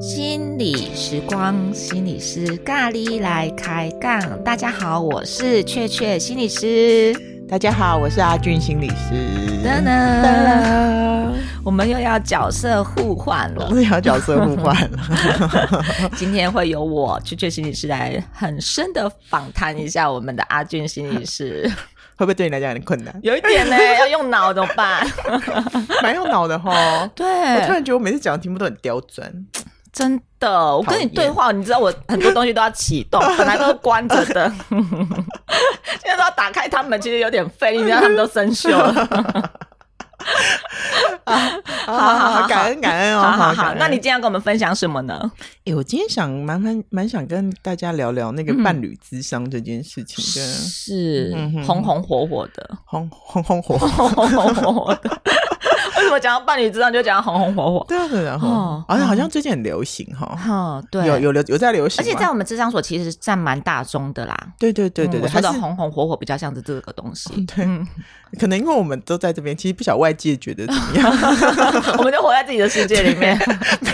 心理时光，心理师咖喱来开杠。大家好，我是雀雀心理师。大家好，我是阿俊心理师。噔噔噔我们又要角色互换 我了。们聊角色互换 了。今天会由我雀雀心理师来很深的访谈一下我们的阿俊心理师，会不会对你来讲有点困难？ 有一点 呢，要用脑怎么办？蛮用脑的哈。我突 对，然觉得我每次讲的题目都很刁钻，真的，我跟你讨厌对话，你知道我很多东西都要启动，本来都是关着 的，现在都要打开它们，其实有点费力，你知道他们都生锈了。好好好啊感恩感恩哦，好好感好，恩哎那你今天要跟我们分享什么呢？诶我今天想蛮蛮蛮想跟大家聊聊那嗯个伴侣智商这件事情的，是嗯哼红红火火 的，红红 红火，红红火火的。为什么讲到伴侣之上就讲到红红火火？对啊对啊，哦哈而且好像最近很流行哈，哦，对，有有流有在流而行吗，且在我们智商所其实占蛮大宗的啦。对对对嗯对对，我说还是的红红火火比较像是这个东西。 对嗯，可能因为我们都在这边，其实不晓得外界觉得怎么样，我们就活在自己的世界里 面。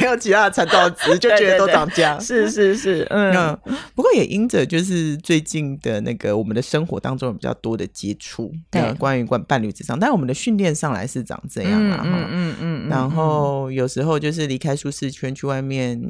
没有其他的参 照值，就觉得都长这样。是是是，嗯，啊嗯，不过也因着就是最近的那个我们的生活当中有比较多的接触，对呃关于关伴侣之上，但我们的训练上来是长这样嗯啊，嗯哈嗯嗯嗯，然后有时候就是离开舒适圈去外面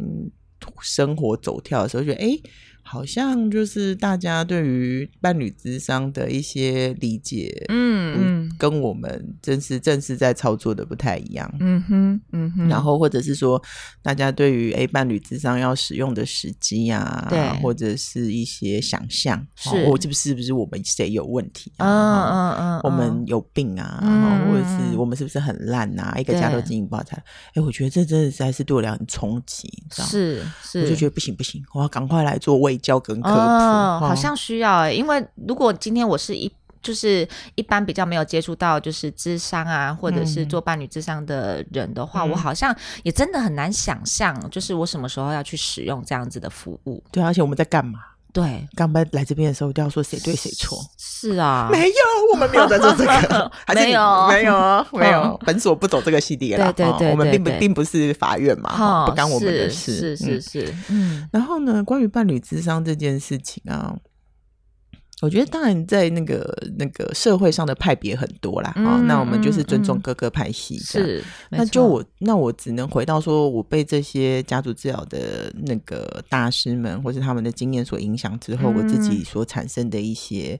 生活走跳的时候，觉得哎，诶好像就是大家对于伴侣之商的一些理解，嗯嗯跟我们真是正式在操作的不太一样。嗯哼嗯哼，然后或者是说，大家对于诶伴侣智商要使用的时机啊，对或者是一些想象，是哦我这不是不是我们谁有问题嗯啊？嗯嗯，我们有病啊，嗯或者是嗯我们是不是很烂啊？一个对家都经营不好才，哎，我觉得这真的实在是对我来讲很冲击，你知道吗？是是，我就觉得不行不行，我要赶快来做卫教跟科普，哦，好哦像需要哎、因为如果今天我是一就是一般比较没有接触到就是智商啊，或者是嗯做伴侣智商的人的话，嗯我好像也真的很难想象，就是我什么时候要去使用这样子的服务。对啊，而且我们在干嘛？对，刚搬来这边的时候，都要说谁对谁错。是啊， 没有，我们没有在做 这个，还是你没有嗯没 有，没有，本所不走这个系列啦。对对哈对我们对并不对并不是法院嘛，哈哦不干我们的是事。是是嗯。是，嗯然后呢，关于伴侣智商这件事情啊，我觉得当然在那个那个社会上的派别很多啦，啊，嗯那我们就是尊重嗯各个派系这样。是，没那就错我，那我只能回到说，我被这些家族治疗的那个大师们，或是他们的经验所影响之后，嗯我自己所产生的一些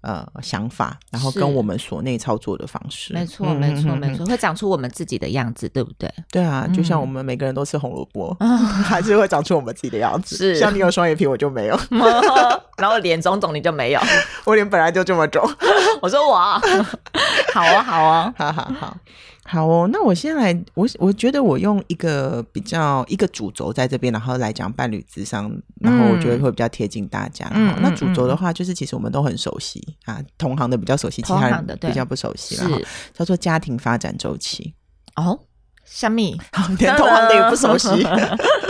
呃想法，然后是跟我们所内操作的方式，没错嗯没错嗯嗯没错，会长出我们自己的样子，对不 对？ 对啊，就像嗯我们每个人都吃红萝卜， 啊，还是会长出我们自己的样子。是像你有双眼皮，我就没有， 然后脸肿肿你就没有，我脸本来就这么肿。我说我啊， 好啊好 啊，好好好，好哦。那我先来，我我觉得我用一个比较一个主轴在这边，然后来讲伴侣智商，然后我觉得会比较贴近大家。嗯嗯，那主轴的话，就是其实我们都很熟悉啊，同行的比较熟悉，其同他行的人对比较不熟悉是啦。哈叫做家庭发展周期， 哦，虾米，连同行的也不熟悉。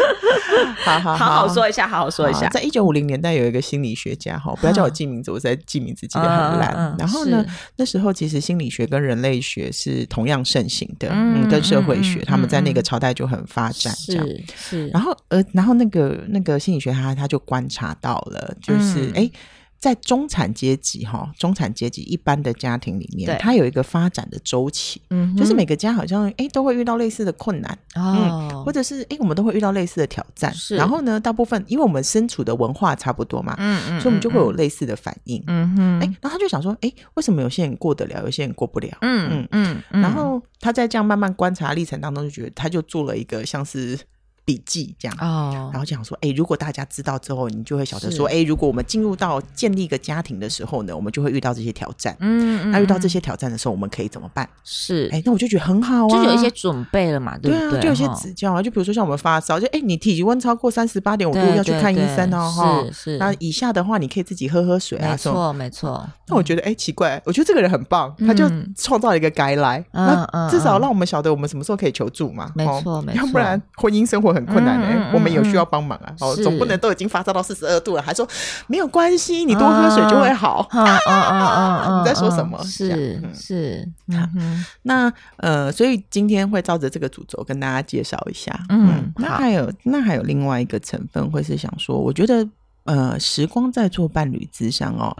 好好好好说一下，好好说一下好。在一九五零年代有一个心理学家哈，不要叫我记名字，我实在记名字记得很烂。嗯嗯嗯然后呢是，那时候其实心理学跟人类学是同样盛行的，嗯嗯，跟社会学、嗯嗯他们在那嗯个朝代就很发展这样。是是，然后呃，然后那个那个心理学家他就观察到了，就是嗯哎、诶在中产阶级哈，中产阶级一般的家庭里对面，它有一个发展的周期，嗯就是每个家好像哎、诶都会遇到类似的困难，哦，或者是嗯诶，我们都会遇到类似的挑战。是然后呢，大部分因为我们身处的文化差不多嘛，嗯嗯所以我们就会有哎类似的反应。嗯哼，诶，然后他就想说，诶，为什么有些人过得了，有些人过不了？嗯嗯嗯，然后他在这样慢慢观察历程当中，就觉得他就做了一个像是笔记这样。哦然，后讲说，诶，如果大家知道之后，你就会晓得说，是诶，如果我们进入到建立一个家庭的时候呢，我们就会遇到这些挑战。嗯，那遇到嗯这些挑战的时候，我们可以怎么办？是诶，那我就觉得很好啊，就有一些准备了嘛，不啊，对？就有些哈指教啊，就比如说像我们发烧，就哎、你体温超过三十八点五度对要去对看医对生哦，哈。是是，那以下的话，你可以自己喝喝水啊，没什么。错没 错，那我觉得哎、奇怪，我觉得这个人很棒，他就嗯创造了一个 guideline，、嗯嗯那至少嗯让我们晓得我们什么时候可以求助嘛，没哦错没要不然婚姻生活很困难哎、嗯嗯嗯我们有需要帮忙啊，哦，是总不能都已经发烧到四十二度了，还说没有关系，你多喝水就会好。嗯嗯嗯嗯嗯，啊你在说什么这样是嗯是，嗯哼那呃，所以今天会照着这个主轴跟大家介绍一下。嗯那好还有那还有另外一个成分，会是想说，我觉得呃，时光在做伴侣之商哦，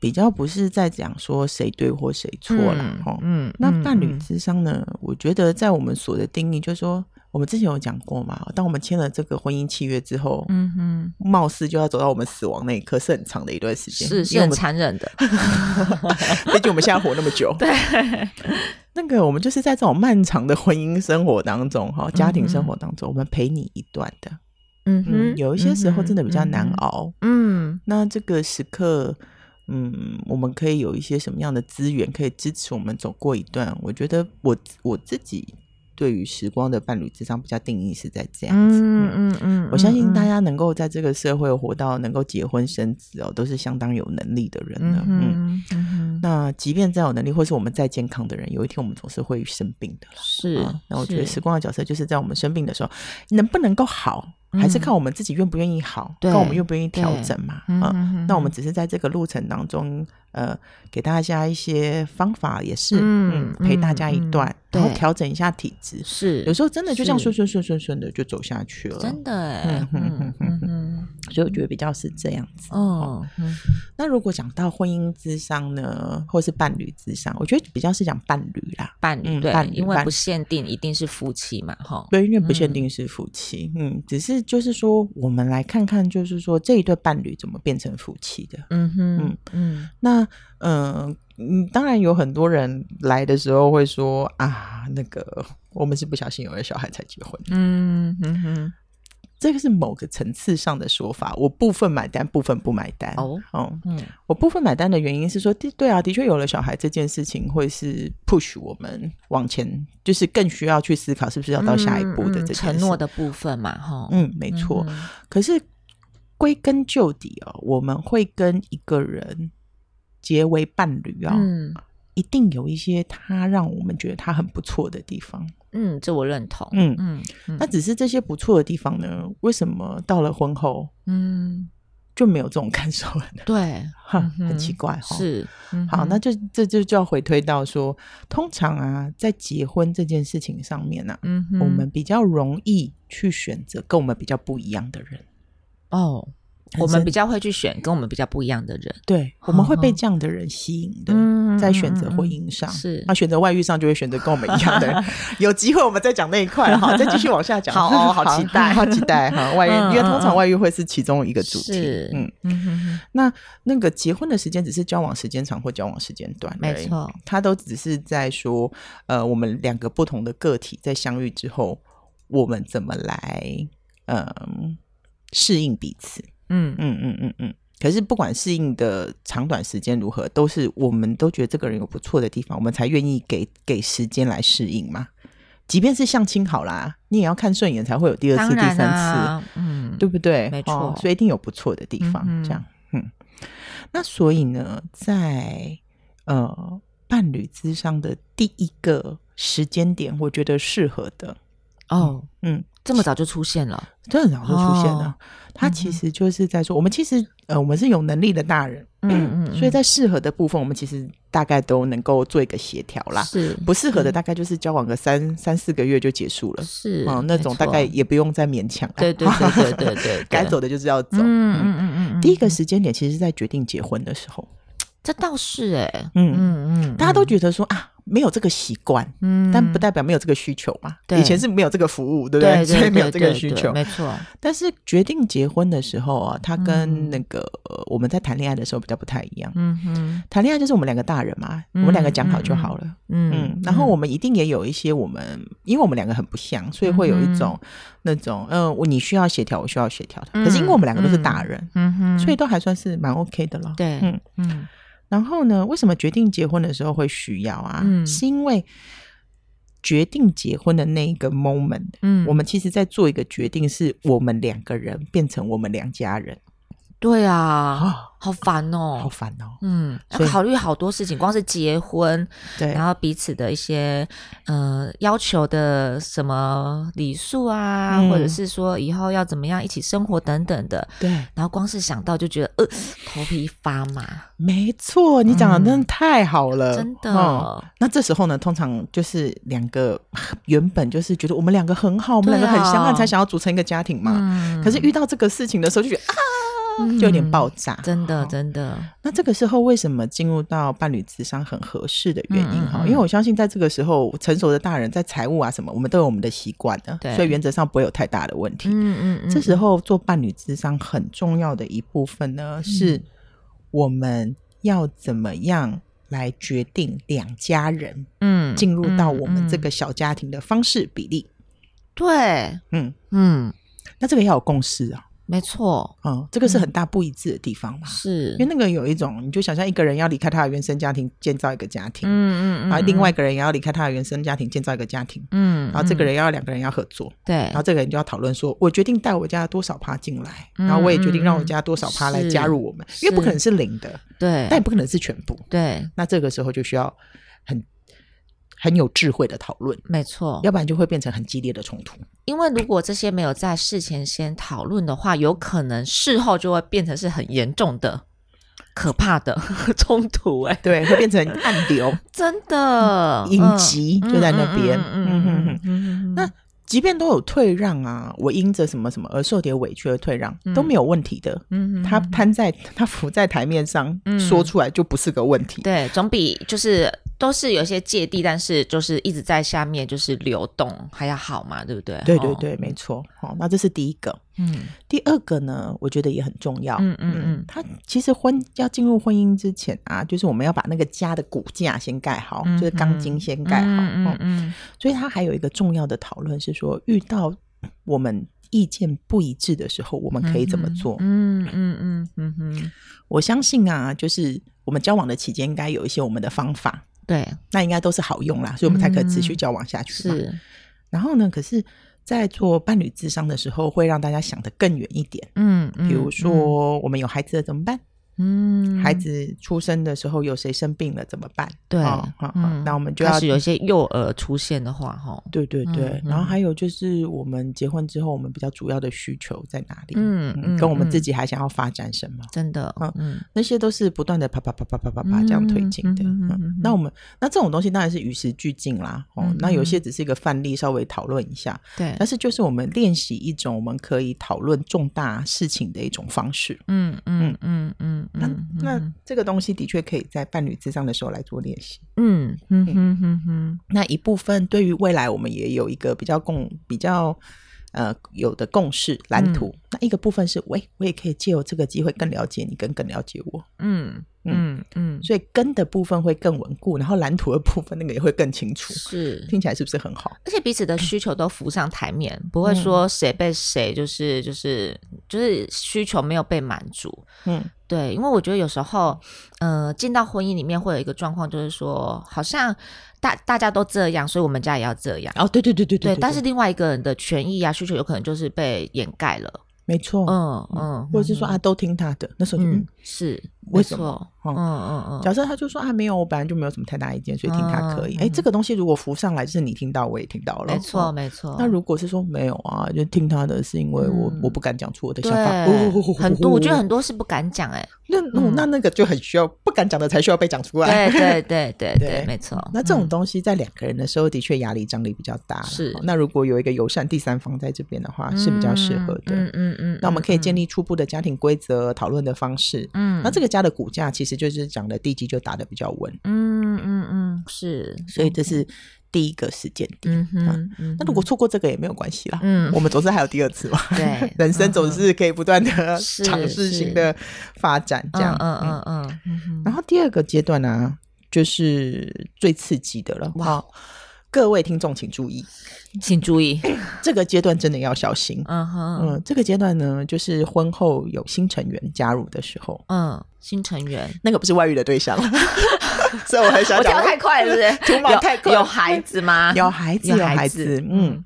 比较不是在讲说谁对或谁错啦。嗯哦。嗯，那伴侣嗯之商呢，我觉得在我们所的定义，就是说我们之前有讲过嘛，当我们签了这个婚姻契约之后，嗯哼，貌似就要走到我们死亡那一刻，是很长的一段时间，是因是为我很们残忍的， 毕竟我们现在活那么 久，对，那个我们就是在这种漫长的婚姻生活当中，哈，家庭生活当中，我们陪你一段的，嗯 嗯，哼，有一些时候真的比较难熬，熬。嗯那这个时刻，嗯，我们可以有一些什么样的资源可以支持我们走过一段？我觉得我我自己对于时光的伴侣智商比较定义是在这样子。嗯嗯嗯，我相信大家，家能够在这个社会活到能够结婚生子哦，都是相当有能力的人嗯了。嗯哼嗯哼，那即便再有能力，或是我们再健康的人，有一天我们总是会生病的啦。是啊，那我觉得哦是时光的角色就是在我们生病的时候，能不能够好，还是嗯看我们自己愿不愿意好，对看我们愿不愿意调对整嘛。嗯啊，哼哼那我哼们只是在这个路程当中，呃，给大家一些方法，也是嗯嗯陪大家一嗯嗯段，然后对调整一下体质。嗯是有时候真的就这样是顺顺顺顺顺的就走下去了，真的哎嗯，嗯哼嗯嗯，所以我觉得比较是这样子。哦，嗯那如果讲到婚姻之商呢，或是伴侣之商，我觉得比较是讲伴侣啦。伴侣嗯对伴，侣因为伴不侣限定一定是夫妻嘛，哈，对，因为不限嗯定是夫妻，嗯只是就是说，我们来看看，就是说这一对伴侣怎么变成夫妻的。嗯哼嗯，嗯那，嗯、嗯，当然有很多人来的时候会说啊，那个我们是不小心有了小孩才结婚，嗯嗯哼，这个是某个层次上的说法，我部分买单，部分不买单。哦，嗯，嗯我部分买单的原因是说，的对啊，的确有了小孩这件事情会是 push 我们往前，就是更需要去思考是不是要到下一步的嗯嗯这件事。承诺的部分嘛，哈，嗯，没错。嗯可是归根究底哦，我们会跟一个人结为伴侣哦，嗯一定有一些他让我们觉得他很不错的地方。嗯，这我认同，嗯嗯那只是这些不错的地方呢，为什么到了婚后嗯，就没有这种感受了呢？对，哈嗯哼很奇怪哈、哦。。是，嗯好，哼那就这就就要回推到说，通常啊，在结婚这件事情上面呢、啊，嗯哼，我们比较容易去选择跟我们比较不一样的人。哦，我们生比较会去选跟我们比较不一样的人，对，我们会被嗯哼这样的人吸引的，嗯在选择嗯嗯嗯婚姻上是那选择外遇上就会选择跟我们一样 的人。有机会我们再讲那一块哈，再继续往下讲。好 哦好期待好期待哈！外遇，嗯因为通嗯常嗯外遇会是其中一个主是题。，嗯，嗯哼哼，那那个结婚的时间只是交往时间长或交往时间短，没错，他都只是在说，呃，我们两个不同的个体在相遇之后，我们怎么来，嗯、适应彼此。嗯嗯嗯嗯嗯。可是不管适应的长短时间如何，都是我们都觉得这个人有不错的地方，我们才愿意给给时间来适应嘛。即便是相亲好啦，你也要看顺眼才会有第二当次、第然三次，啊，嗯，对不对？没错哦所以一定有不错的地方。嗯哼这样，嗯，那所以呢，在呃伴侣之上的第一个时间点，我觉得适合的，哦，嗯，这么早就出现了，这很早就出现哦了。他其实就是在说，我们其实呃，我们是有能力的大人，嗯嗯嗯所以在适合的部分，我们其实大概都能够做一个协调啦。是不适合的大概就是交往个三三四个月就结束了，嗯是哦，那没种大错概也不用再勉强了。对对 对对对对对该走的就是要走。嗯嗯嗯嗯，第一个嗯时间点其实是在决定结婚的时候，这倒是哎，嗯嗯嗯，大家都觉得说啊，没有这个习惯，嗯，但不代表没有这个需求嘛。对以前是没有这个服务，对不对对所以没有对这个对需对求。没 错，但是决定结婚的时候啊，他跟嗯那个、呃我们在谈恋爱的时候比较不太一样。嗯哼，谈恋爱就是我们两个大人嘛，我们两个讲好就好了。嗯，嗯，然后我们一定也有一些我们，因为我们两个很不像，所以会有一种、那种，嗯、我你需要协调，我需要协调的。可是因为我们两个都是大人，嗯哼，所以都还算是蛮 OK 的了。对嗯。嗯然后呢，为什么决定结婚的时候会需要啊？嗯是因为决定结婚的那一个 moment，嗯，我们其实在做一个决定，是我们两个人变成我们两家人。对啊，啊，好烦好 哦。烦哦。嗯，要所以考虑好多事情，光是结婚，对，然后彼此的一些呃要求的什么礼数啊，嗯或者是说以后要怎么样一起生活等等的，对，然后光是想到就觉得呃头皮发麻，没错，你讲的真的太好了，真的。哦那这时候呢，通常就是两个原本就是觉得我们两个很好，我们两个对啊很相爱，才想要组成一个家庭嘛。嗯可是遇到这个事情的时候，就觉得啊，就有点爆炸。真的真的，那这个时候为什么进入到伴侣智商很合适的原因哈？嗯嗯嗯因为我相信在这个时候，成熟的大人在财务啊什么，我们都有我们的习惯的，对所以原则上不会有太大的问题。嗯嗯嗯，这时候做伴侣智商很重要的一部分嗯呢，是我们要怎么样来决定两家人嗯进入到我们这嗯嗯个小家庭的方式比例。对，嗯，嗯，那这个要有共识啊，没错，嗯，这个是很大不一致的地方嘛。是因为，那个有一种，你就想象一个人要离开他的原生家庭，建造一个家庭，嗯嗯然后另外一个人也要离开他的原生家庭，建造一个家庭，嗯，然后这个嗯人要两个人要合作，对然后这个人就要讨论说，我决定带我家多少趴进来，嗯然后我也决定让我嗯家多少趴嗯来是加入我们，因为不可能是零的，对但也不可能是全部。对，那这个时候就需要很很有智慧的讨论，没错，要不然就会变成很激烈的冲突。因为如果这些没有在事前先讨论的话，有可能事后就会变成是很严重的、可怕的冲突、哎，对，会变成暗流、 真的，隐嗯疾就在那边。嗯嗯嗯哼嗯哼嗯嗯那即便都有退让啊，我因着什么什么而受点委屈而退让都没有问题的。嗯嗯他嗯摊在他浮在台面上、嗯说出来就不是个问题。对，总比就是都是有一些芥蒂，但是就是一直在下面就是流动，还要好嘛，对不对？对对哦，对，没错。好、那这是第一个。嗯第二个呢，我觉得也很重要。嗯嗯嗯，他其实婚要进入婚姻之前啊，就是我们要把那个家的骨架先盖好，嗯就是钢筋先盖好。嗯哦嗯嗯，所以他还有一个重要的讨论是说，遇到我们意见不一致的时候，我们可以怎么做？嗯嗯嗯嗯嗯，我相信啊，就是我们交往的期间，应该有一些我们的方法，对，那应该都是好用啦，所以我们才可以持续交往下去嘛。是，然后呢，可是，在做伴侣智商的时候，会让大家想得更远一点。嗯，嗯比如，说，我们有孩子了怎么办？嗯，孩子出生的时候有谁生病了怎么办？对，哦好好嗯那我们就开要始有一些幼儿出现的话，哈，对对对。嗯然后嗯还有就是，我们结婚之后，我们比较主要的需求在哪里？嗯嗯跟我们自嗯己还想要发展什么？真的，嗯，那些都是不断的啪啪啪啪啪啪啪这样推进的。嗯嗯嗯嗯嗯嗯那我们那这种东西当然是与时俱进啦。哦，嗯那有些嗯只是一个范例，稍微讨论一下。对，但是就是我们练习一种我们可以讨论重大事情的一种方式。嗯嗯嗯嗯嗯，那那这个东西的确可以在伴侣之上的时候来做练习。嗯嗯嗯嗯嗯，那一部分对于未来我们也有一个比较共比较呃有的共识蓝图。嗯那一个部分是，喂，我也可以借由这个机会更了解你，跟更了解我。嗯嗯嗯，所以根的部分会更稳固，然后蓝图的部分那个也会更清楚。是，听起来是嗯不是很好？而且彼此的需求都浮上台面，不会嗯说谁被谁就是就是就是需求没有被满足，嗯，对，因为我觉得有时候，呃，进到婚姻里面会有一个状况，就是说，好像大大家都这样，所以我们家也要这样。哦，对对对对对，但是另外一个人的权益啊、需求有可能就是被掩盖了。没错，嗯嗯，或者是嗯，说啊，都听他的。那时候嗯就嗯，，是，为没什么错嗯哦嗯嗯，假设他就说啊，没有，我本来就没有什么太大意见，所以听他可以。嗯哎、嗯这个东西如果浮上来，就是你听到，我也听到了，没错哦。没错。那如果是说没有啊，就听他的，是因为我、嗯我不敢讲出我的想法，哦对， 很多我觉得很多。多是不敢讲， 哎，那、嗯那那个就很需要不敢讲的才需要被讲出来。对对对对对对，没错。那这种嗯东西在两个人的时候，的确压力张力比较大啦。是哦那如果有一个友善第三方在这边的话，是比较适合的。嗯嗯嗯，那我们可以建立，立初步的家庭规则、讨论的方式。嗯，那这个家的骨架其实就是讲的地基就打得比较稳，嗯嗯嗯是，所以这是第一个时间点。嗯哼，嗯那如果错过这个也没有关系啦，嗯我们总是还有第二次 嘛。对 嗯人生总是可以不断的是尝试新的发展，这样。嗯嗯嗯嗯嗯，然后后第二个阶段呢、就是最刺激的了。哇！各位听众请注意，请注意，这个阶段真的要小心。嗯哼，嗯，这个阶段呢，就是婚后有新成员加入的时候，嗯，新成员，那个不是外遇的对 象，所以我很想我讲跳太快了，是不是？ 图谋有太快啊有孩子吗？ 有孩子，有有孩孩子子，嗯，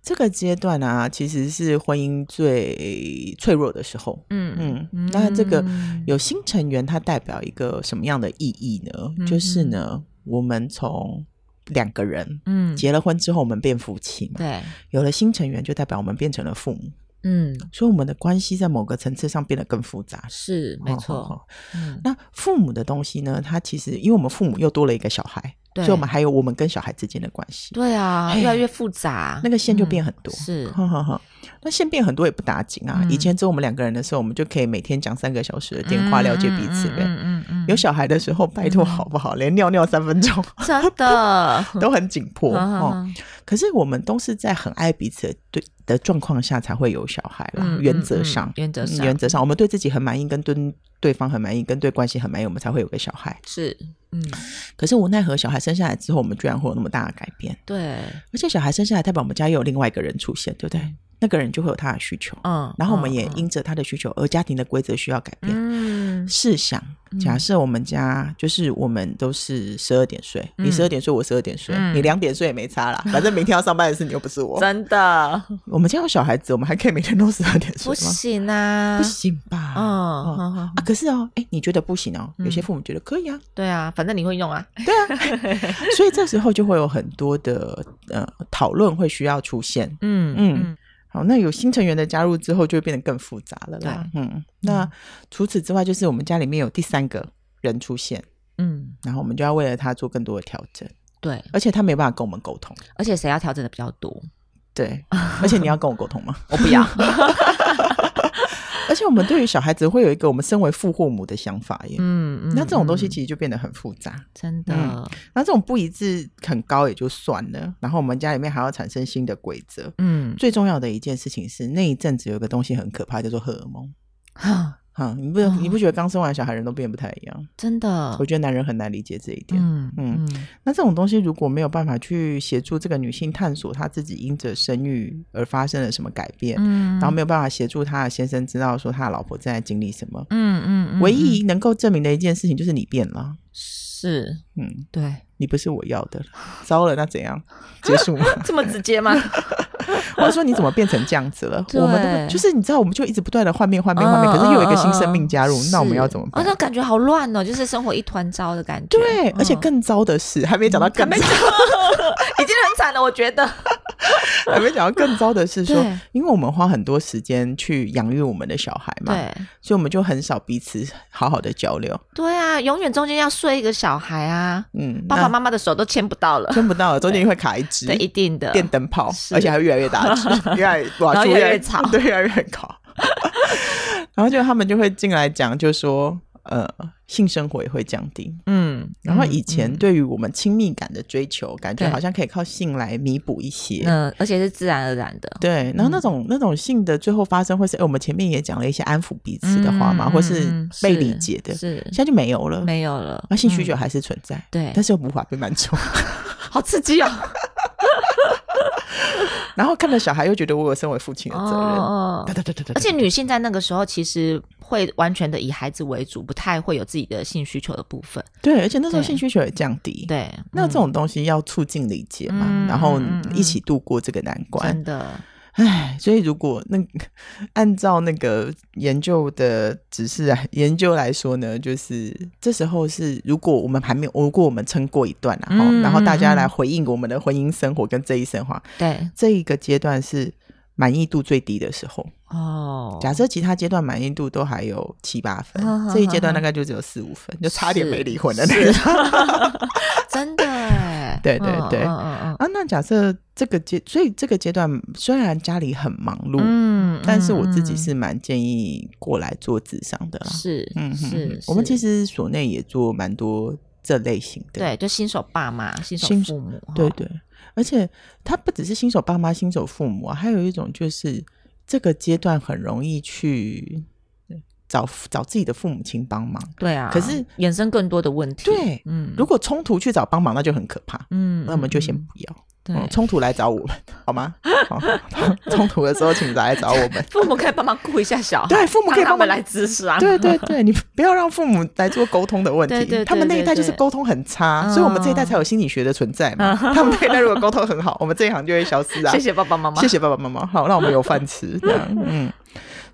这个阶段啊，其实是婚姻最脆弱的时候。嗯嗯，那这个嗯有新成员，它代表一个什么样的意义呢？嗯就是呢，我们从两个人嗯，结了婚之后，我们变夫妻嘛，对，有了新成员，就代表我们变成了父母，嗯，所以我们的关系在某个层次上变得更复杂。是没错，哦。嗯，那父母的东西呢？它其实因为我们父母又多了一个小孩，对所以我们还有我们跟小孩之间的关系，对啊，嘿越来越复杂，那个线就嗯变很多。是，呵呵呵，那线变很多也不打紧啊。嗯以前只有我们两个人的时候，我们就可以每天讲三个小时的电话，嗯了解彼此嗯呗。嗯嗯嗯，有小孩的时候，拜托好不好？连尿尿三分 钟真 的，都很紧迫哦。嗯可是我们都是在很爱彼此的对的状况下才会有小孩啦。嗯啊原则上嗯嗯，原则上嗯原则上，我们对自己很满意，跟对对方很满意，跟对关系很满意，我们才会有个小孩。是，嗯，可是无奈何，小孩生下来之后，我们居然会有那么大的改变。对，而且小孩生下来，代表我们家又有另外一个人出现，对不对？那个人就会有他的需求，嗯，然后我们嗯也因着他的需求，而家庭的规则需要改变。嗯试想，假设我们家就是我们都是十二点睡，你嗯十二点睡，我十二点睡，嗯你两点睡也没差啦，反正明天要上班的事你又不是我。真的我们家有小孩子，我们还可以每天都十二点睡不吗？行啊，不，行吧？嗯，哦好好好啊，可是哦，哎，你觉得不行哦？有些父母觉得可以啊，对啊，反正你会用啊，所以这时候就会有很多的呃讨论会需要出现，嗯嗯好，那有新成员的加入之后，就会变得更复杂了啦。嗯，那除此之外，就是我们家里面有第三个人出现，嗯，然后我们就要为了他做更多的调整，对，而且他没办法跟我们沟通。而且谁要调整的比较多？ 对，而且你要跟我沟通吗？ 我不要，而且我们对于小孩子会有一个我们身为父或母的想法耶。 嗯，嗯那这种东西嗯其实就变得很复杂，真的，嗯那这种不一致很高也就算了，然后我们家里面还要产生新的规则。嗯，最重要的一件事情是，那一阵子有一个东西很可怕，叫做荷尔蒙。哈，哈、你不哦你不觉得刚生完小孩人都变得不太一样？啊真的我，觉得男人很难理解这一点。嗯嗯嗯，那这种东西如果没有办法去协助这个女性探索她自己因着生育而发生了什么改变，嗯然后没有办法协助她的先生知道说他的老婆正在经历什么，嗯嗯嗯，唯一能够证明的一件事情就是你变了，是嗯，对，你不是我要的了，糟了，那怎样结束吗？ 这么直接吗？啊我说你怎么变成这样子了？对嗯我们都不就是你知道，我们就一直不断的换面换面 换面，可是又有一个新生命加入，那我们要怎么办哦，？那感觉好乱哦，就是生活一团糟的感觉。对，而且嗯更糟的是，还没讲到还更没糟讲，已经很惨了，我觉得。 还没讲到更糟的是说对，因为我们花很多时间去养育我们的小孩嘛， 对所以我们就很少彼此好好的交流。对啊，永远中间要睡一个小孩啊，嗯，爸爸妈妈妈的手都牵不到了。牵不到了，中间会卡一只对，一定的。电灯泡，是而且还会越来越 大只，越来越然哇后就越来来越吵对，越来越吵。 然后就他们就会进来讲，就说呃，性生活也会降低。嗯，然后嗯以前对于我们亲密感的追求，感觉对好像可以靠性来弥补一些。嗯，而且是自然而然的。对，然后那种、那种性的最后发生会是，哎、我们前面也讲了一些安抚彼此的话嘛，嗯或是嗯嗯被理解的，是现在就没有了。没有 了。那性需求嗯还是存在，对但是又无法被满 足。好刺激哦！然后看着小孩，又觉得我有身为父亲 的哦责任。哦对。 对对对对，而且女性在那个时候其实会完全的以孩子为主，不太会有自己的性需求的部分。对，而且那时候对性需求也降低。对，那嗯这种东西要促进理解嘛，嗯然后嗯嗯嗯一起度过这个难关真。的，唉，所以如果那按照那个研究的指示啊，研究来说呢，就是这时候是如果我们还没有，如果我们撑过一段然后、嗯然后大家嗯嗯来回应我们的婚姻生活跟这一生的话， 对这一个阶段是满意度最低的时候。哦，嗯假设其他阶段满意度都还有七八分，好好这一阶段大概就只有四五分，就差点是没离婚的那个。，真的哎 对对嗯对嗯嗯啊，那假设这个阶，所以这个阶段虽然家里很忙碌，嗯，嗯但是我自己嗯是蛮建议过来做智商的啦。是嗯哼是哼，我们其实实所内也做蛮多这类型的。对，哦就新手爸妈、新手新手父母，对哈对，而且他不只是新手爸妈、新手父母啊，还有一种就是这个阶段很容易去。找找自己的父母亲帮忙。对啊，可是衍生更多的问题。，对，嗯，如果冲突去找帮忙，那就很可怕。嗯，那我们就先嗯不要，对。嗯，冲突来找我们，好吗？好，冲突的时候请来找我们父母可以帮忙顾一下小孩，对父母可以让他帮忙们来支持啊。对对对，你不要让父母来做沟通的问题。对对对他们那一代就是对对沟通很差，所以我们这一代嗯才有心理学的存在嘛。他们那一代如果沟通很好，我们这一行就会消失啊。谢谢爸爸妈妈。谢谢爸爸妈妈，好，让我们有饭吃。这样，嗯，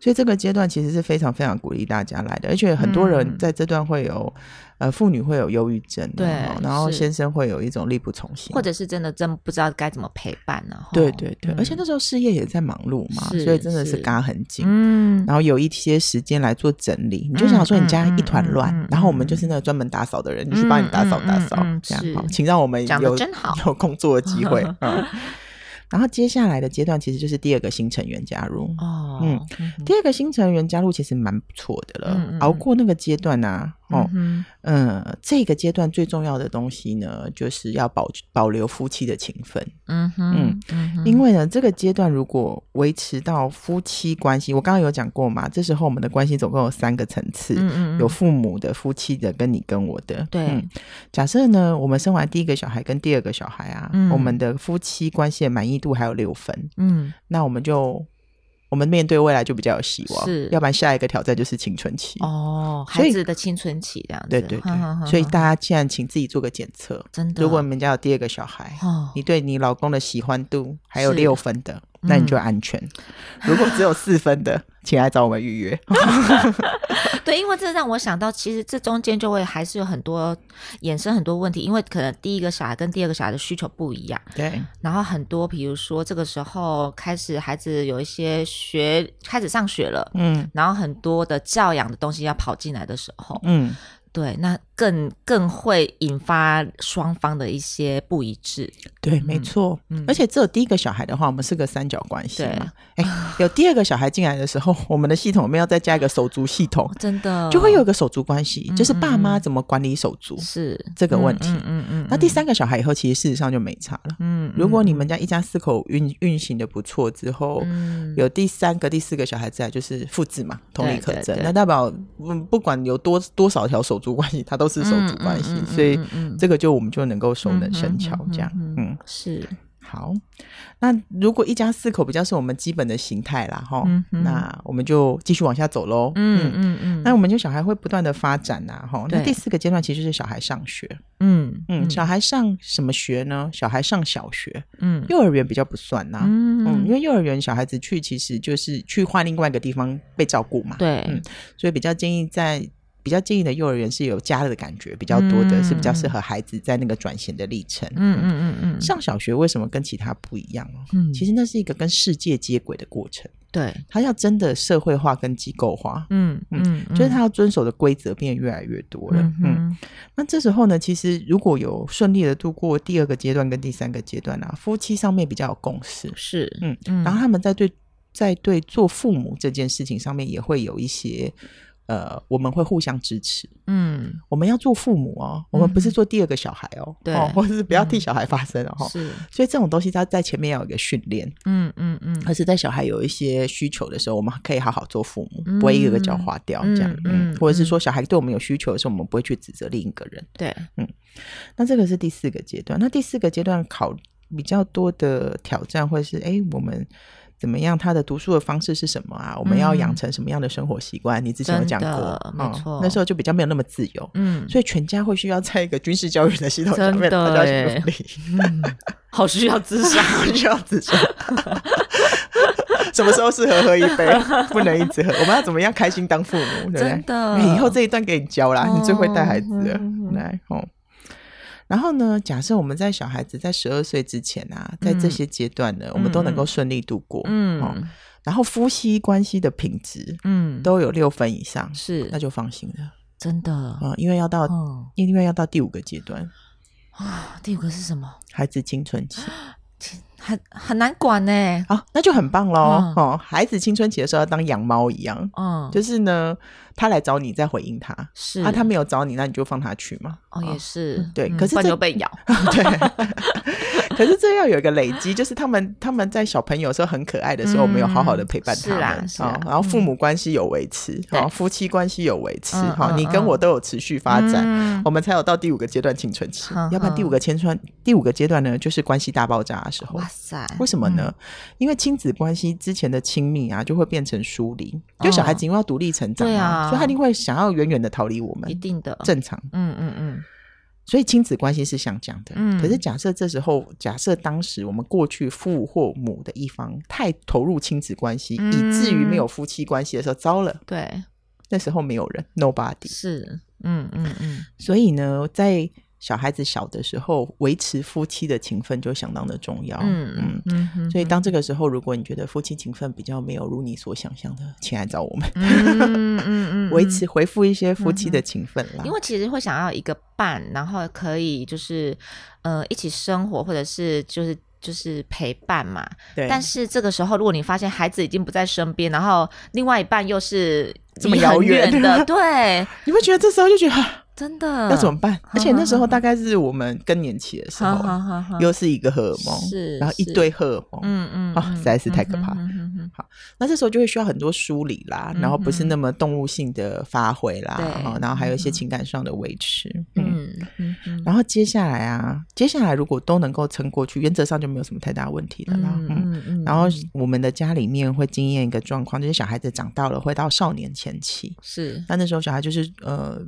所以这个阶段其实是非常非常鼓励大家来的，而且很多人嗯在这段会有，呃，妇女会有忧郁症啊，对然后是先生会有一种力不从心，或者是真的真不知道该怎么陪伴呢、啊？对吼对对，嗯而且那时候事业也在忙碌嘛，是所以真的是是嘎很紧。嗯，然后有一些时间来做整理，你就想说你家一团乱，嗯嗯嗯嗯然后我们就是那个专门打扫的人，你去帮你打扫打扫，嗯嗯嗯这是样好，请让我们讲得有真好有工作的机 会。嗯，然后接下来的阶段其实就是第二个新成员加入，哦，嗯哼，第二个新成员加入其实蛮不错的了，嗯嗯嗯熬过那个阶段啊，哦，嗯嗯、这个阶段最重要的东西呢，就是要保保留夫妻的情分，哼，嗯哼，嗯哼，因为呢，这个阶段如果维持到夫妻关系，我刚刚有讲过嘛，这时候我们的关系总共有三个层次。嗯嗯嗯有父母的、夫妻的，跟你跟我的。对嗯假设呢，我们生完第一个小孩跟第二个小孩啊，嗯我们的夫妻关系的满意度还有六分，嗯那我们就我们面对未来就比较有希望，是要不然下一个挑战就是青春期。哦，所以孩子的青春期这样子，对对哼哼哼对，所以哼大家既然请自己做个检测，真的，如果你们家有第二个小孩，哦你对你老公的喜欢度还有是嗯六分的，那你就安全。如果只有四分的， 请来找我们预约。对，因为这让我想到，其实这中间就会还是有很多衍生很多问题，因为可能第一个小孩跟第二个小孩的需求不一样，对，然后很多比如说这个时候开始孩子有一些学开始上学了。 嗯然后很多的教养的东西要跑进来的时候，嗯，对，那更更会引发双方的一些不一致。对，没错。嗯而且只有第一个小孩的话，我们是个三角关系对嘛。哎，有第二个小孩进来的时候， 我们的系统我们要再加一个手足系统哦，真的就会有一个手足关系，就是爸嗯妈嗯怎么管理手足。是这个问题嗯嗯嗯。那第嗯，三个小孩以后，其实事实上就没差了。嗯，如果你们嗯家一家四口运运行的不错之后，嗯有第三个、第四个小孩在，就是复制嘛，同理可对对。证对那代表，嗯，不管有多多少条手足关系，它都是手足关系，嗯嗯嗯嗯所以嗯嗯这个就我们就能够熟能生巧嗯嗯嗯嗯嗯这样。嗯嗯是好。那如果一家四口比较是我们基本的形态啦，哈、嗯哼那我们就继续往下走喽。嗯嗯嗯，那我们就小孩会不断的发展呐、哈。那对第四个阶段其实就是小孩上学，嗯嗯，小孩上什么学呢？小孩上小学，嗯幼儿园比较不算呐、嗯嗯，因为幼儿园小孩子去其实就是去换另外一个地方被照顾嘛，，对嗯所以比较建议在比较建议的幼儿园是有家的感觉比较多的，嗯是比较适合孩子在那个转型的历程。嗯嗯嗯嗯，上小学为什么跟其他不一样哦？嗯其实那是一个跟世界接轨的过程，对，它要真的社会化跟机构化，嗯嗯，就是它要遵守的规则变得越来越多了。嗯嗯嗯那这时候呢，其实如果有顺利的度过第二个阶段跟第三个阶段啊，夫妻上面比较有共识，是嗯，嗯，然后他们在对在对做父母这件事情上面也会有一些呃，我们会互相支持。嗯我们要做父母哦，我们不是做第二个小孩哦，对嗯哦或者是不要替小孩发声哦。哦是所以这种东西，它在前面要有一个训练，嗯嗯嗯而是在小孩有一些需求的时候，我们可以好好做父母，嗯不会一个个教化掉这样。嗯嗯，嗯或者是说小孩对我们有需求的时候，我们不会去指责另一个人。对，那这个是第四个阶段。那第四个阶段考比较多的挑战会是，哎，我们怎么样？他的读书的方式是什么啊？我们要养成什么样的生活习惯？你之前有讲嗯真过嗯的，没错那时候就比较没有那么自由。嗯，所以全家会需要在一个军事教育的系统下真面，的大家去耶努力，好需要智商，需要 自杀。什么时候适合喝一杯？不能一直喝。我们要怎么样开心当父母？对不对？真的哎以后这一段给你教啦，哦你最会带孩子嗯了。嗯嗯嗯来，哦。然后呢，假设我们在小孩子在十二岁之前啊，在这些阶段呢，我们都能够顺利度过。哦嗯然后夫妻关系的品质嗯，都有六分以上，是那就放心了真的，啊、因为要到、嗯因为要到第五个阶段，啊，第五个是什么？孩子青春期。很很难管呢、啊，那就很棒喽嗯！哦，孩子青春期的时候要当养猫一样，嗯，就是呢，他来找你再回应他，是啊，他没有找你，那你就放他去嘛。哦也是、对嗯可是不然这就被咬， 对， 可是这要有一个累积，就是他们他们在小朋友的时候很可爱的时候，嗯我们有好好的陪伴他是啦们，是啦嗯哦然后父母关系有维持，对哦，夫妻关系有维持，嗯哈，嗯你跟我都有持续发展，嗯我们才有到第五个阶段青春期哼。要不然哼第五个阶段第五个阶段呢，就是关系大爆炸的时候哇。塞，嗯为什么呢？因为亲子关系之前的亲密啊，就会变成疏离，因为小孩子因为要独立成长哦对啊所以他一定会想要远远的逃离我嗯？一们，定的，正常。嗯嗯嗯，所以亲子关系是像这样的。嗯可是假设这时候，假设当时我们过去父或母的一方太投入亲子关系，嗯以至于没有夫妻关系的时候，糟了，对，那时候没有人，nobody。是，嗯嗯嗯，所以呢，在小孩子小的时候，维持夫妻的情分就相当的重要。嗯嗯嗯，哦所以，当这个时候，如果你觉得夫妻情分比较没有如你所想象的，请来找我们嗯 嗯嗯，维嗯持回复一些夫妻的情分啦。因为其实会想要一个伴，然后可以就是呃一起生活，或者是就是就是陪伴嘛。对，但是这个时候，如果你发现孩子已经不在身边，然后另外一半又是这么离很遥远的，对，你会觉得这时候就觉得啊真的要怎么办？嗯而且那时候哼哼大概是我们更年期的时好候，好好好，又是一个荷尔蒙，是然后一是堆荷尔蒙，嗯嗯啊嗯实在是太可怕嗯哼哼哼那这时候就会需要很多梳理啦，然后不是嗯哼那么动物性的发挥啦，对哦然后还有一嗯些哼情感上的维持，嗯。嗯嗯嗯然后接下来啊，接下来如果都能够撑过去，原则上就没有什么太大问题了啦。嗯嗯，嗯嗯，然后我们的家里面会经验一个状况，就是小孩子长大了会到少年前期，是那那时候小孩就是呃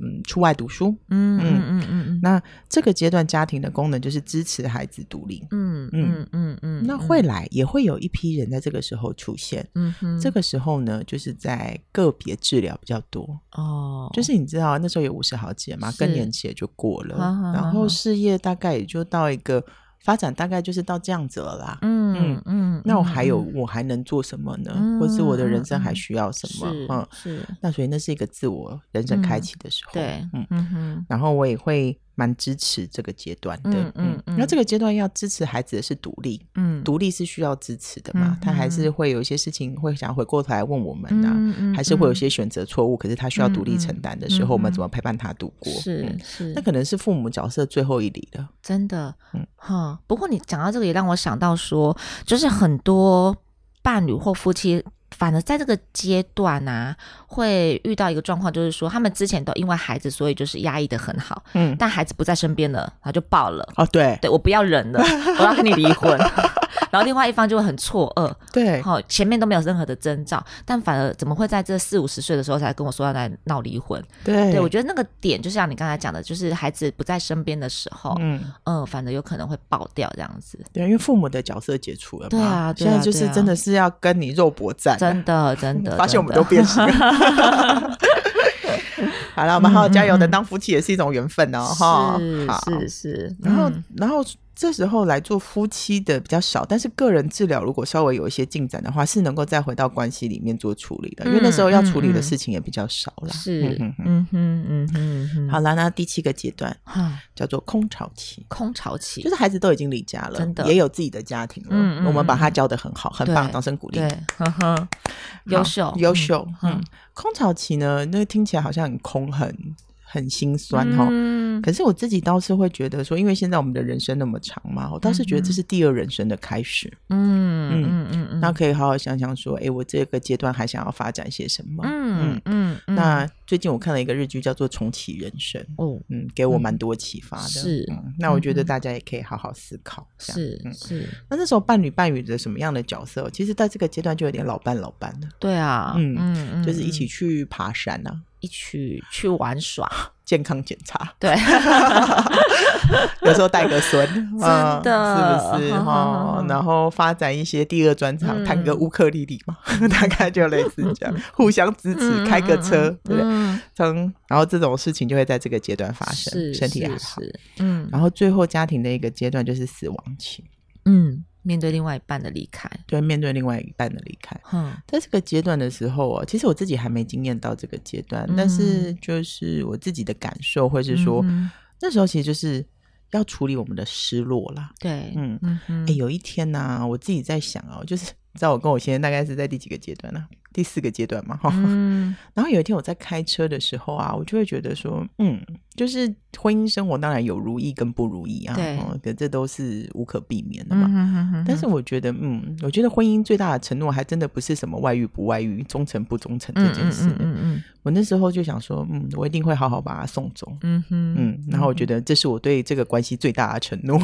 嗯出外读书，嗯嗯嗯嗯嗯那这个阶段家庭的功能就是支持孩子独立。嗯嗯嗯嗯嗯，那会来也会有一批人在这个时候出现。嗯哼这个时候呢，就是在个别治疗比较多，哦，就是你知道那时候有五十好几了嘛，是更年期也就过了，好好好然后事业大概也就到一个发展，大概就是到这样子了啦。嗯嗯，那我还有、嗯我还能做什么呢？嗯或是我的人生嗯还嗯需要什么？嗯，是是，那所以那是一个自我人生开启的时候。对，嗯嗯，哼，然后我也会蛮支持这个阶段的，嗯嗯嗯那这个阶段要支持孩子的是独立，嗯，独立是需要支持的嘛，嗯他还是会有一些事情会想回过头来问我们呐、啊嗯嗯还是会有嗯些选择错误，可是他需要独立承担的时候，嗯嗯嗯我们怎么陪伴他度过？是嗯是，那可能是父母角色最后一里了。真的嗯，哈、不过你讲到这个，也让我想到说，就是很多伴侣或夫妻。反而在这个阶段啊，会遇到一个状况，就是说他们之前都因为孩子，所以就是压抑的很好，嗯，但孩子不在身边了，然后就爆了，哦，对对我不要人了，我要跟你离婚， 然后另外一方就会很错愕， 对好，前面都没有任何的征兆，但反而怎么会在这四五十岁的时候才跟我说要来闹离婚？对对我觉得那个点，就像你刚才讲的，就是孩子不在身边的时候，嗯，嗯、反正有可能会爆掉这样子。对，因为父母的角色解除了嘛，对啊对现啊在就对是啊真的是要跟你肉搏战啊，真的，真的， 发现我们都真的变形了。 好了，我们好好加嗯油，嗯嗯 能当夫妻也是一种缘分哦，哈。好是是是，然后嗯然后这时候来做夫妻的比较少，但是个人治疗如果稍微有一些进展的话，是能够再回到关系里面做处理嗯的，因为那时候要处理的事情也比较少啦。是，嗯嗯哼哼嗯哼嗯哼，好啦，那第七个阶段哈，叫做空巢期。空巢就期，是孩子都已经离家了真，的也有自己的家庭了。嗯嗯我们把他教的很好，很棒，对掌声鼓励。对，呵呵，优好秀，优嗯，秀。嗯，嗯空巢期呢，那听起来好像很空，很很心酸哈、嗯，可是我自己倒是会觉得说，因为现在我们的人生那么长嘛，我倒是觉得这是第二人生的开始。嗯嗯嗯嗯嗯，那可以好好想想说，诶，我这个阶段还想要发展些什么？嗯嗯嗯，那最近我看了一个日剧，叫做《重启人生》，哦，嗯，给我蛮多启发的。是嗯，那我觉得嗯嗯大家也可以好好思考。这样是嗯是，那那时候伴侣伴侣的什么样的角色？其实，在这个阶段就有点老伴老伴了，对啊，嗯嗯就是一起嗯去爬山啊，一起去玩耍，健康检查，对， 有时候带个孙，真真的是不 是好好好哈好？然后发展一些第二专场，嗯弹个乌克丽丽嘛， 大概就类似 这样，互相支持，嗯开个车，嗯对不对？嗯从然后这种事情就会在这个阶段 发生，是身体还是好。是嗯然后最后家庭的一个阶段就是死亡期，嗯，面对另外一半的离开，就会面对另外一半的离开。哼，在这个阶段的时候哦，其实我自己还没经验到这个阶段，嗯但是就是我自己的感受会是说，嗯哼那时候其实就是要处理我们的失落啦。对，嗯嗯嗯哎、，有一天呢、我自己在想哦，就是你知道我跟我先生大概是在第几个阶段呢、第四个阶段嘛，哈、嗯 然后有一天我在开车的时候啊，我就会觉得说，嗯，就是婚姻生活当然有如意跟不如意啊，对哦可这都是无可避免的嘛。嗯哼哼哼但是我觉得，嗯，我觉得婚姻最大的承诺还真的不是什么外遇不外遇、忠诚不忠诚这嗯件嗯事。嗯嗯嗯我那时候就想说，嗯，我一定会好好把他送走。嗯哼嗯，然后我觉得这是我对这个关系最大的承诺，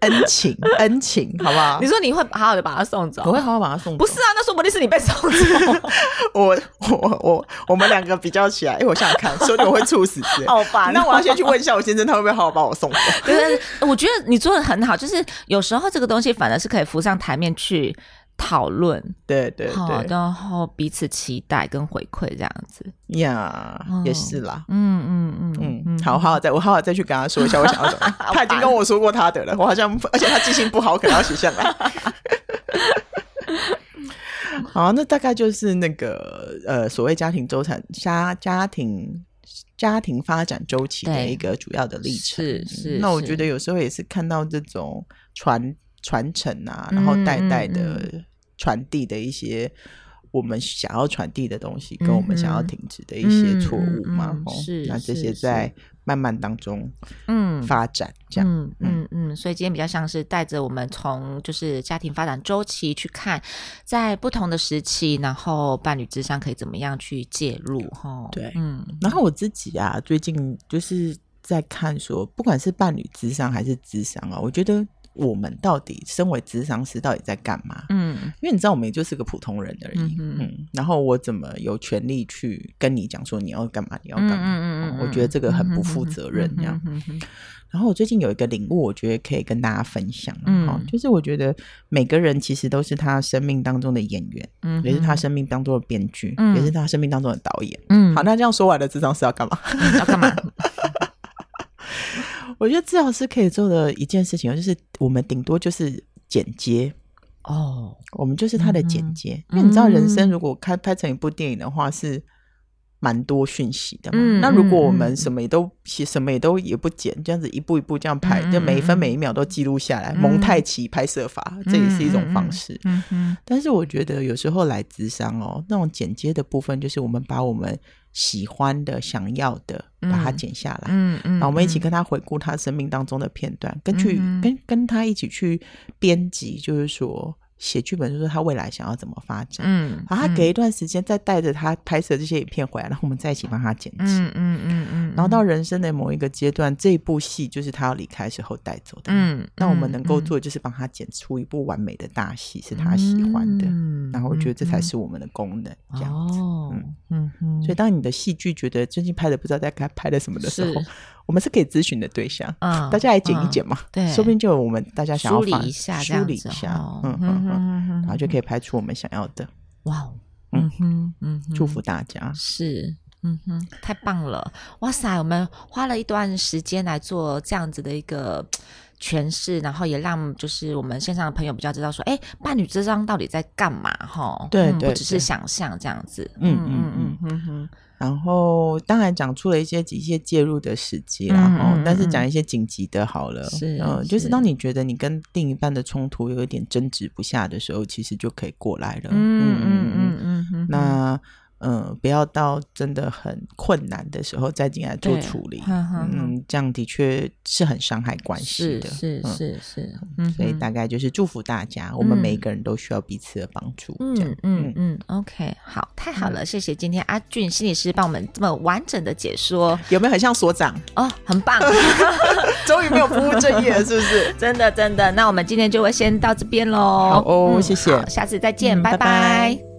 恩情，恩情，好不好你？说你会好好的把他送走？我会好好把他送走。不是啊，那说不定是你被送 走，我我我我们两个比较起来，哎、我想想看，说不定我会猝死之类啊好烦哦那我要先去问一下我先生，他会不会好好把我送 走？就是我觉得你做的很好，就是有时候这个东西反而是可以浮上台面去讨论，对对好，对，然后彼此期待跟回馈这样子。呀、嗯也是啦。嗯嗯嗯嗯，好好好再我好好再去跟他说一下，我想要 怎么样。他已经跟我说过他的了，我好像而且他记性不好，我可能要写下来。 好，那大概就是那个呃，所谓家庭周产家家庭家庭发展周期的对一个主要的历程。是嗯是那我是觉得有时候也是看到这种传传承啊，然后代代嗯的传递的一些。我们想要传递的东西，跟我们想要嗯哼停止的一些嗯错嗯误嘛，嗯吼是那这是些是在慢慢当中嗯，发展，这样、嗯嗯嗯，所以今天比较像是带着我们从就是家庭发展周期去看，在不同的时期，然后伴侣之上可以怎么样去介入哈？对嗯然后我自己啊，最近就是在看说，不管是伴侣智商还是智商啊，我觉得我们到底身为智商师到底在干嘛？嗯因为你知道，我们也就是个普通人而已。嗯嗯哼然后我怎么有权利去跟你讲说你要干嘛，你要嗯干嘛？嗯嗯，哦我觉得这个很不负责任，这样。然后我最近有一个领悟，我觉得可以跟大家分享啊。嗯哦就是我觉得每个人其实都是他生命当中的演员，嗯也是他生命当中的编剧，嗯也是他生命当中的导演。嗯好，那这样说完了，智商是要干嘛？ 要干嘛？我觉得治疗师可以做的一件事情，哦就是我们顶多就是剪接，哦，我们就是他的剪接。嗯因为你知道，人生如果开拍成一部电影的话，是蛮多讯息的嘛。嗯那如果我嗯们嗯什么也都、什么也都也不剪，这样子一步一步这样拍，嗯嗯就每一分嗯每一秒都记录下来，嗯蒙太奇拍摄法，这也是一种方式。嗯嗯但是我觉得有时候来智商哦，那种剪接的部分，就是我们把我们喜欢的、想要的，把它嗯剪下来。嗯嗯，然后我们一起跟他回顾他生命当中的片段，跟去嗯哼跟跟他一起去编辑，就是说写剧本，就是他未来想要怎么发展。嗯，然后他给一段时间，再带着他拍摄这些影片回来，然后我们再一起帮他剪辑。嗯嗯嗯嗯，然后到人生的某一个阶段，这一部戏就是他要离开时候带走的。，嗯，那我们能够做就是帮他剪出一部完美的大戏，是他喜欢嗯的。然后我觉得这才是我们的功能，这样子。哦，嗯嗯，所以，当你的戏剧觉得最近拍的不知道在该拍的什么的时候是，我们是可以咨询的对象。嗯大家来剪一剪嘛，对说不定就有我们大家想要梳理放一下，梳理一下，嗯嗯嗯，哦嗯然后就可以拍出我们想要的。哇哦，嗯哼，嗯哼，祝福大家，是。嗯哼，太棒了！哇塞，我们花了一段时间来做这样子的一个诠释，然后也让就是我们线上的朋友比较知道说，哎，伴侣之章到底在干嘛？哈，对嗯对不只是对想象这样子。嗯嗯嗯嗯嗯然后当然讲出了一些一些介入的时机啦，嗯然后嗯但是嗯讲一些紧急的好了，是嗯，就是是当你觉得你跟另一半的冲突有一点争执不下的时候，其实就可以过来了，嗯嗯嗯嗯嗯，那嗯，不要到真的很困难的时候再进来做对处理，哼哼哼嗯，这样的确是很伤害关系是的，是嗯是是，嗯所以哼大概就是祝福大家，我们每一个人都需要彼此的帮助。这样嗯嗯嗯嗯，OK，好，太好了，谢谢今天阿俊心理师帮我们这么完整的解说有没有很像所长？ 哦，很棒，终于没有不务正业了，是不 是？真的真的。那我们今天就会先到这边喽。好哦谢谢好下次再见，嗯拜拜拜拜